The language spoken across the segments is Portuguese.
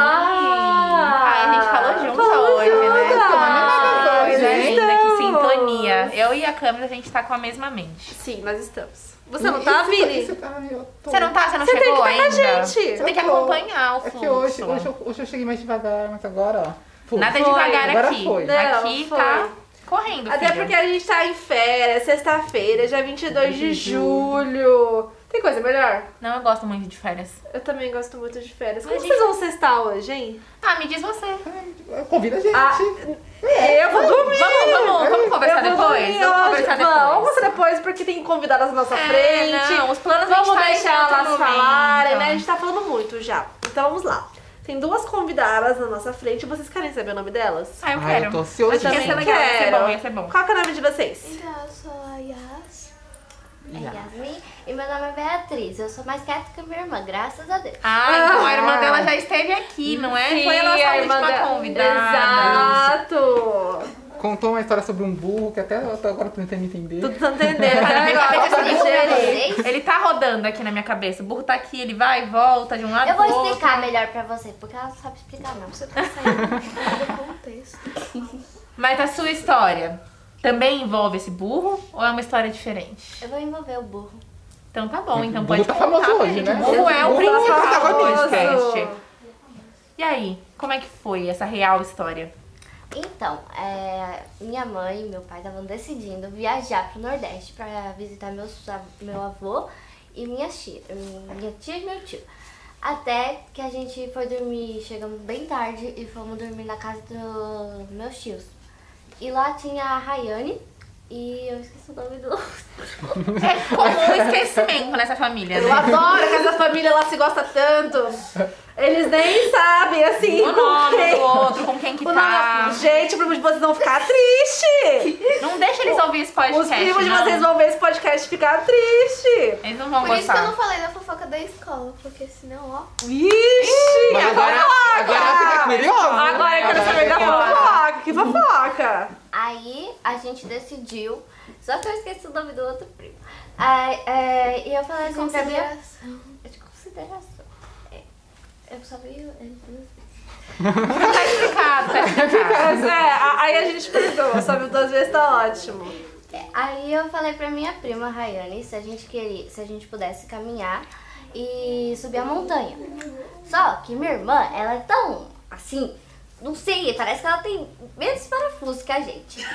Olá! Ai, a gente falou junto hoje, né? Somos a mesma pessoa, né? Linda, que Estamos. sintonia. Eu e a câmera, a gente tá com a mesma mente. Sim, nós estamos. Você não tá, Vini? Você tá, eu tô. Você não tá? Você não Você tem que chegou estar com a ainda? gente. Você tem que Eu tô. acompanhar o É fluxo. que hoje, hoje, eu, hoje eu cheguei mais devagar, mas agora, ó. puf. Nada Foi. devagar Agora aqui. foi. Não, aqui foi. tá correndo, Até filha. porque a gente tá em férias, sexta-feira, dia 22 de julho. Tem coisa melhor? Não, eu gosto muito de férias. Eu também gosto muito de férias. Ai, Como gente. vocês vão sextar hoje, hein? Ah, me diz você. Convida tipo, a gente. Ah, eu vou dormir! Vamos, vamos, vamos conversar Eu vou depois? É, dormir Vamos hoje. conversar Vamos, Vamos depois. conversar depois, porque tem convidado na nossa É, frente. não, os planos a gente Vamos tá em deixar outro elas momento. falarem, né? A gente tá falando muito já. Então vamos lá. Tem duas convidadas na nossa frente. Vocês querem saber o nome delas? Ah, eu Ai, quero. eu tô Eu ansiosa. também Isso eu quero. Ia ser quero. bom, ia ser bom. Qual que é o nome de vocês? Então, eu sou a Yas, é Yas. Yasmin, e meu nome é Beatriz. Eu sou mais quieta que minha irmã, graças a Deus. Ah, então a irmã dela já esteve aqui, não é? Foi a nossa última da- convidada. Exato! Contou uma história sobre um burro que até, até agora eu tô tentando entender. Tudo tá entendendo. Tá Minha cabeça legal, tá explica pra ligeirinho. vocês. é Ele tá rodando aqui na minha cabeça. O burro tá aqui, ele vai e volta de um lado Eu pro vou outro. explicar melhor pra você, porque ela não sabe explicar não. Você tá saindo do contexto. Mas a sua história também envolve esse burro ou é uma história diferente? Eu vou envolver o burro. Então tá bom, então O pode burro tá famoso contar pra hoje, gente. né? O burro é o O burro tá principal do famoso. podcast. E aí, como é que foi essa real história? Então, é, minha mãe e meu pai estavam decidindo viajar pro Nordeste pra visitar meus, a- meu avô e minha tia, minha tia e meu tio. Até que a gente foi dormir, chegamos bem tarde e fomos dormir na casa dos meus tios. E lá tinha a Rayane e eu esqueci o nome do outro. É comum esquecimento nessa família, Eu né? adoro que essa família ela se gosta tanto. Eles nem sabem, assim, O com Um nome quem. do outro, com quem que O nome- é assim, tá. Gente, o primo de vocês vão ficar triste. Não deixa eles ouvir esse Os podcast, primos de não. vocês vão ver esse podcast e ficar triste. Eles não vão Por isso que eu gostar. não falei da fofoca da escola, porque senão, ó. Ixi, Mas a agora, agora ela fica curiosa. Agora eu quero saber da fofoca. Que fofoca? Aí a gente decidiu, só que eu esqueci o nome do outro primo. Aí, é, e eu falei assim pra minha Consideração. É de consideração. É, Eu só vi. é, Tá explicado, tá explicado. Mas é, a- aí a gente perdoa. Sabe, duas vezes tá ótimo. é, Aí eu falei pra minha prima Rayane se a gente queria, se a gente pudesse caminhar e subir a montanha. Só que minha irmã, ela é tão assim, não sei, parece que ela tem menos parafusos que a gente.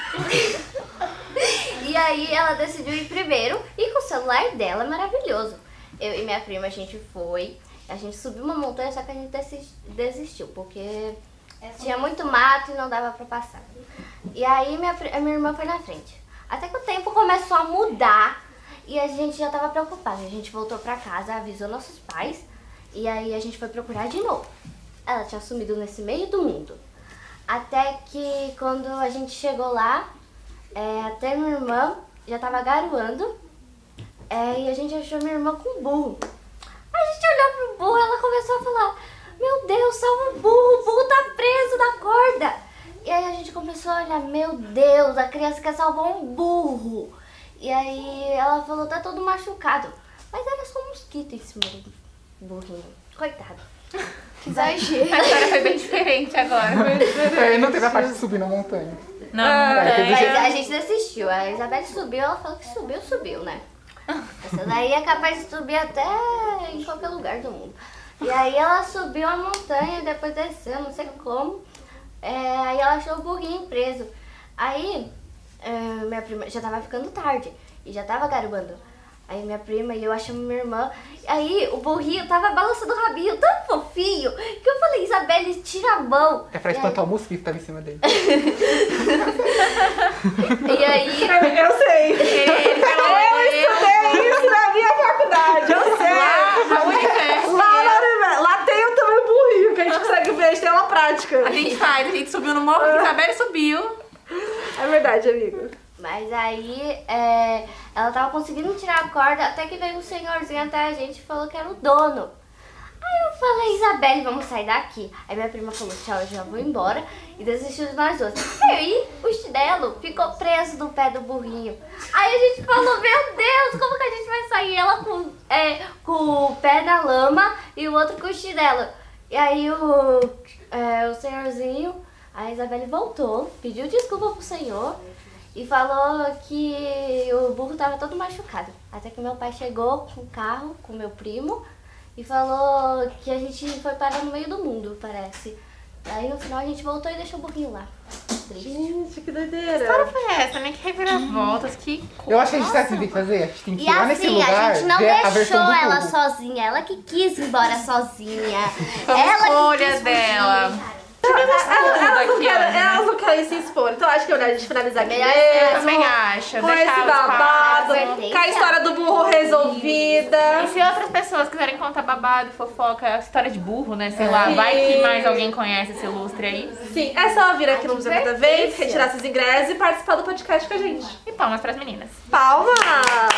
E aí ela decidiu ir primeiro e com o celular dela maravilhoso. Eu e minha prima, a gente foi, a gente subiu uma montanha, só que a gente desi- desistiu, porque tinha muito mato e não dava pra passar. E aí minha, pri- a minha irmã foi na frente. Até que o tempo começou a mudar e a gente já tava preocupada. A gente voltou pra casa, avisou nossos pais e aí a gente foi procurar de novo. Ela tinha sumido nesse meio do mundo. Até que quando a gente chegou lá, é, até minha irmã já tava garoando é, e a gente achou minha irmã com um burro. A gente olhou pro burro e ela começou a falar: Meu Deus, salva o burro, o burro tá preso na corda. E aí a gente começou a olhar: Meu Deus, a criança quer salvar um burro. E aí ela falou: Tá todo machucado. Mas era só um mosquito em cima do burrinho. Coitado. Que exagero. A história foi bem diferente agora. É, não teve a parte de subir na montanha. Não, é- não tem. Mas a gente desistiu. A Isabelle subiu, ela falou que subiu, subiu, né? Essa daí é capaz de subir até em qualquer lugar do mundo. E aí ela subiu a montanha, depois desceu, não sei como. É, aí ela achou o burrinho preso. Aí é, minha prima já tava ficando tarde e já tava garoando. Aí minha prima e eu achamos minha irmã. Aí o burrinho tava balançando o rabinho tão fofinho que eu falei, Isabelle, tira a mão. É pra E aí- espantar o mosquito que tava em cima dele. e aí Eu sei. Ele falou, Eu estudei isso na minha faculdade. Eu sei. "Ah, a Unifesp, Lá, lá, lá, lá tem eu também o burrinho, que a gente consegue ver, a gente tem uma prática. A gente faz, a gente subiu no morro, a Isabelle subiu. É verdade, amigo. Mas aí é, ela tava conseguindo tirar a corda até que veio um senhorzinho até a gente e falou que era o dono. Aí eu falei, Isabelle, vamos sair daqui. Aí minha prima falou, tchau, eu já vou embora. E desistiu de nós duas. Aí o chinelo ficou preso no pé do burrinho. Aí a gente falou, meu Deus, como que a gente vai sair? Ela com, é, com o pé na lama e o outro com o chinelo. E aí o, é, o senhorzinho, a Isabelle voltou, pediu desculpa pro senhor. E falou que o burro tava todo machucado. Até que meu pai chegou com o carro, com meu primo, e falou que a gente foi parar no meio do mundo, parece. Aí no final a gente voltou e deixou o burrinho lá. Triste. Gente, que doideira. Cara, foi essa, nem que reviravoltas, que Eu acho que a gente sabe o que tem que fazer. A gente tem que E ir lá nesse assim, lugar. a gente não ver a deixou versão do ela Google. sozinha, ela que quis ir embora sozinha. Foi uma ela que escolha quis fugir. dela. Elas não, aqui, querem, ó. elas não querem se expor. Então acho que é melhor a gente finalizar aqui Melhor Eu mesmo. também acho. Com esse deixar os babado. fatos. fatos. Com a história do burro E resolvida. se outras pessoas quiserem contar babado, fofoca, história de burro, né? Sei lá, vai que mais alguém conhece esse lustre aí. Sim, é só vir aqui no Museu Cada Vez, Advertência. retirar seus ingressos e participar do podcast com a gente. E palmas pras meninas. Palmas!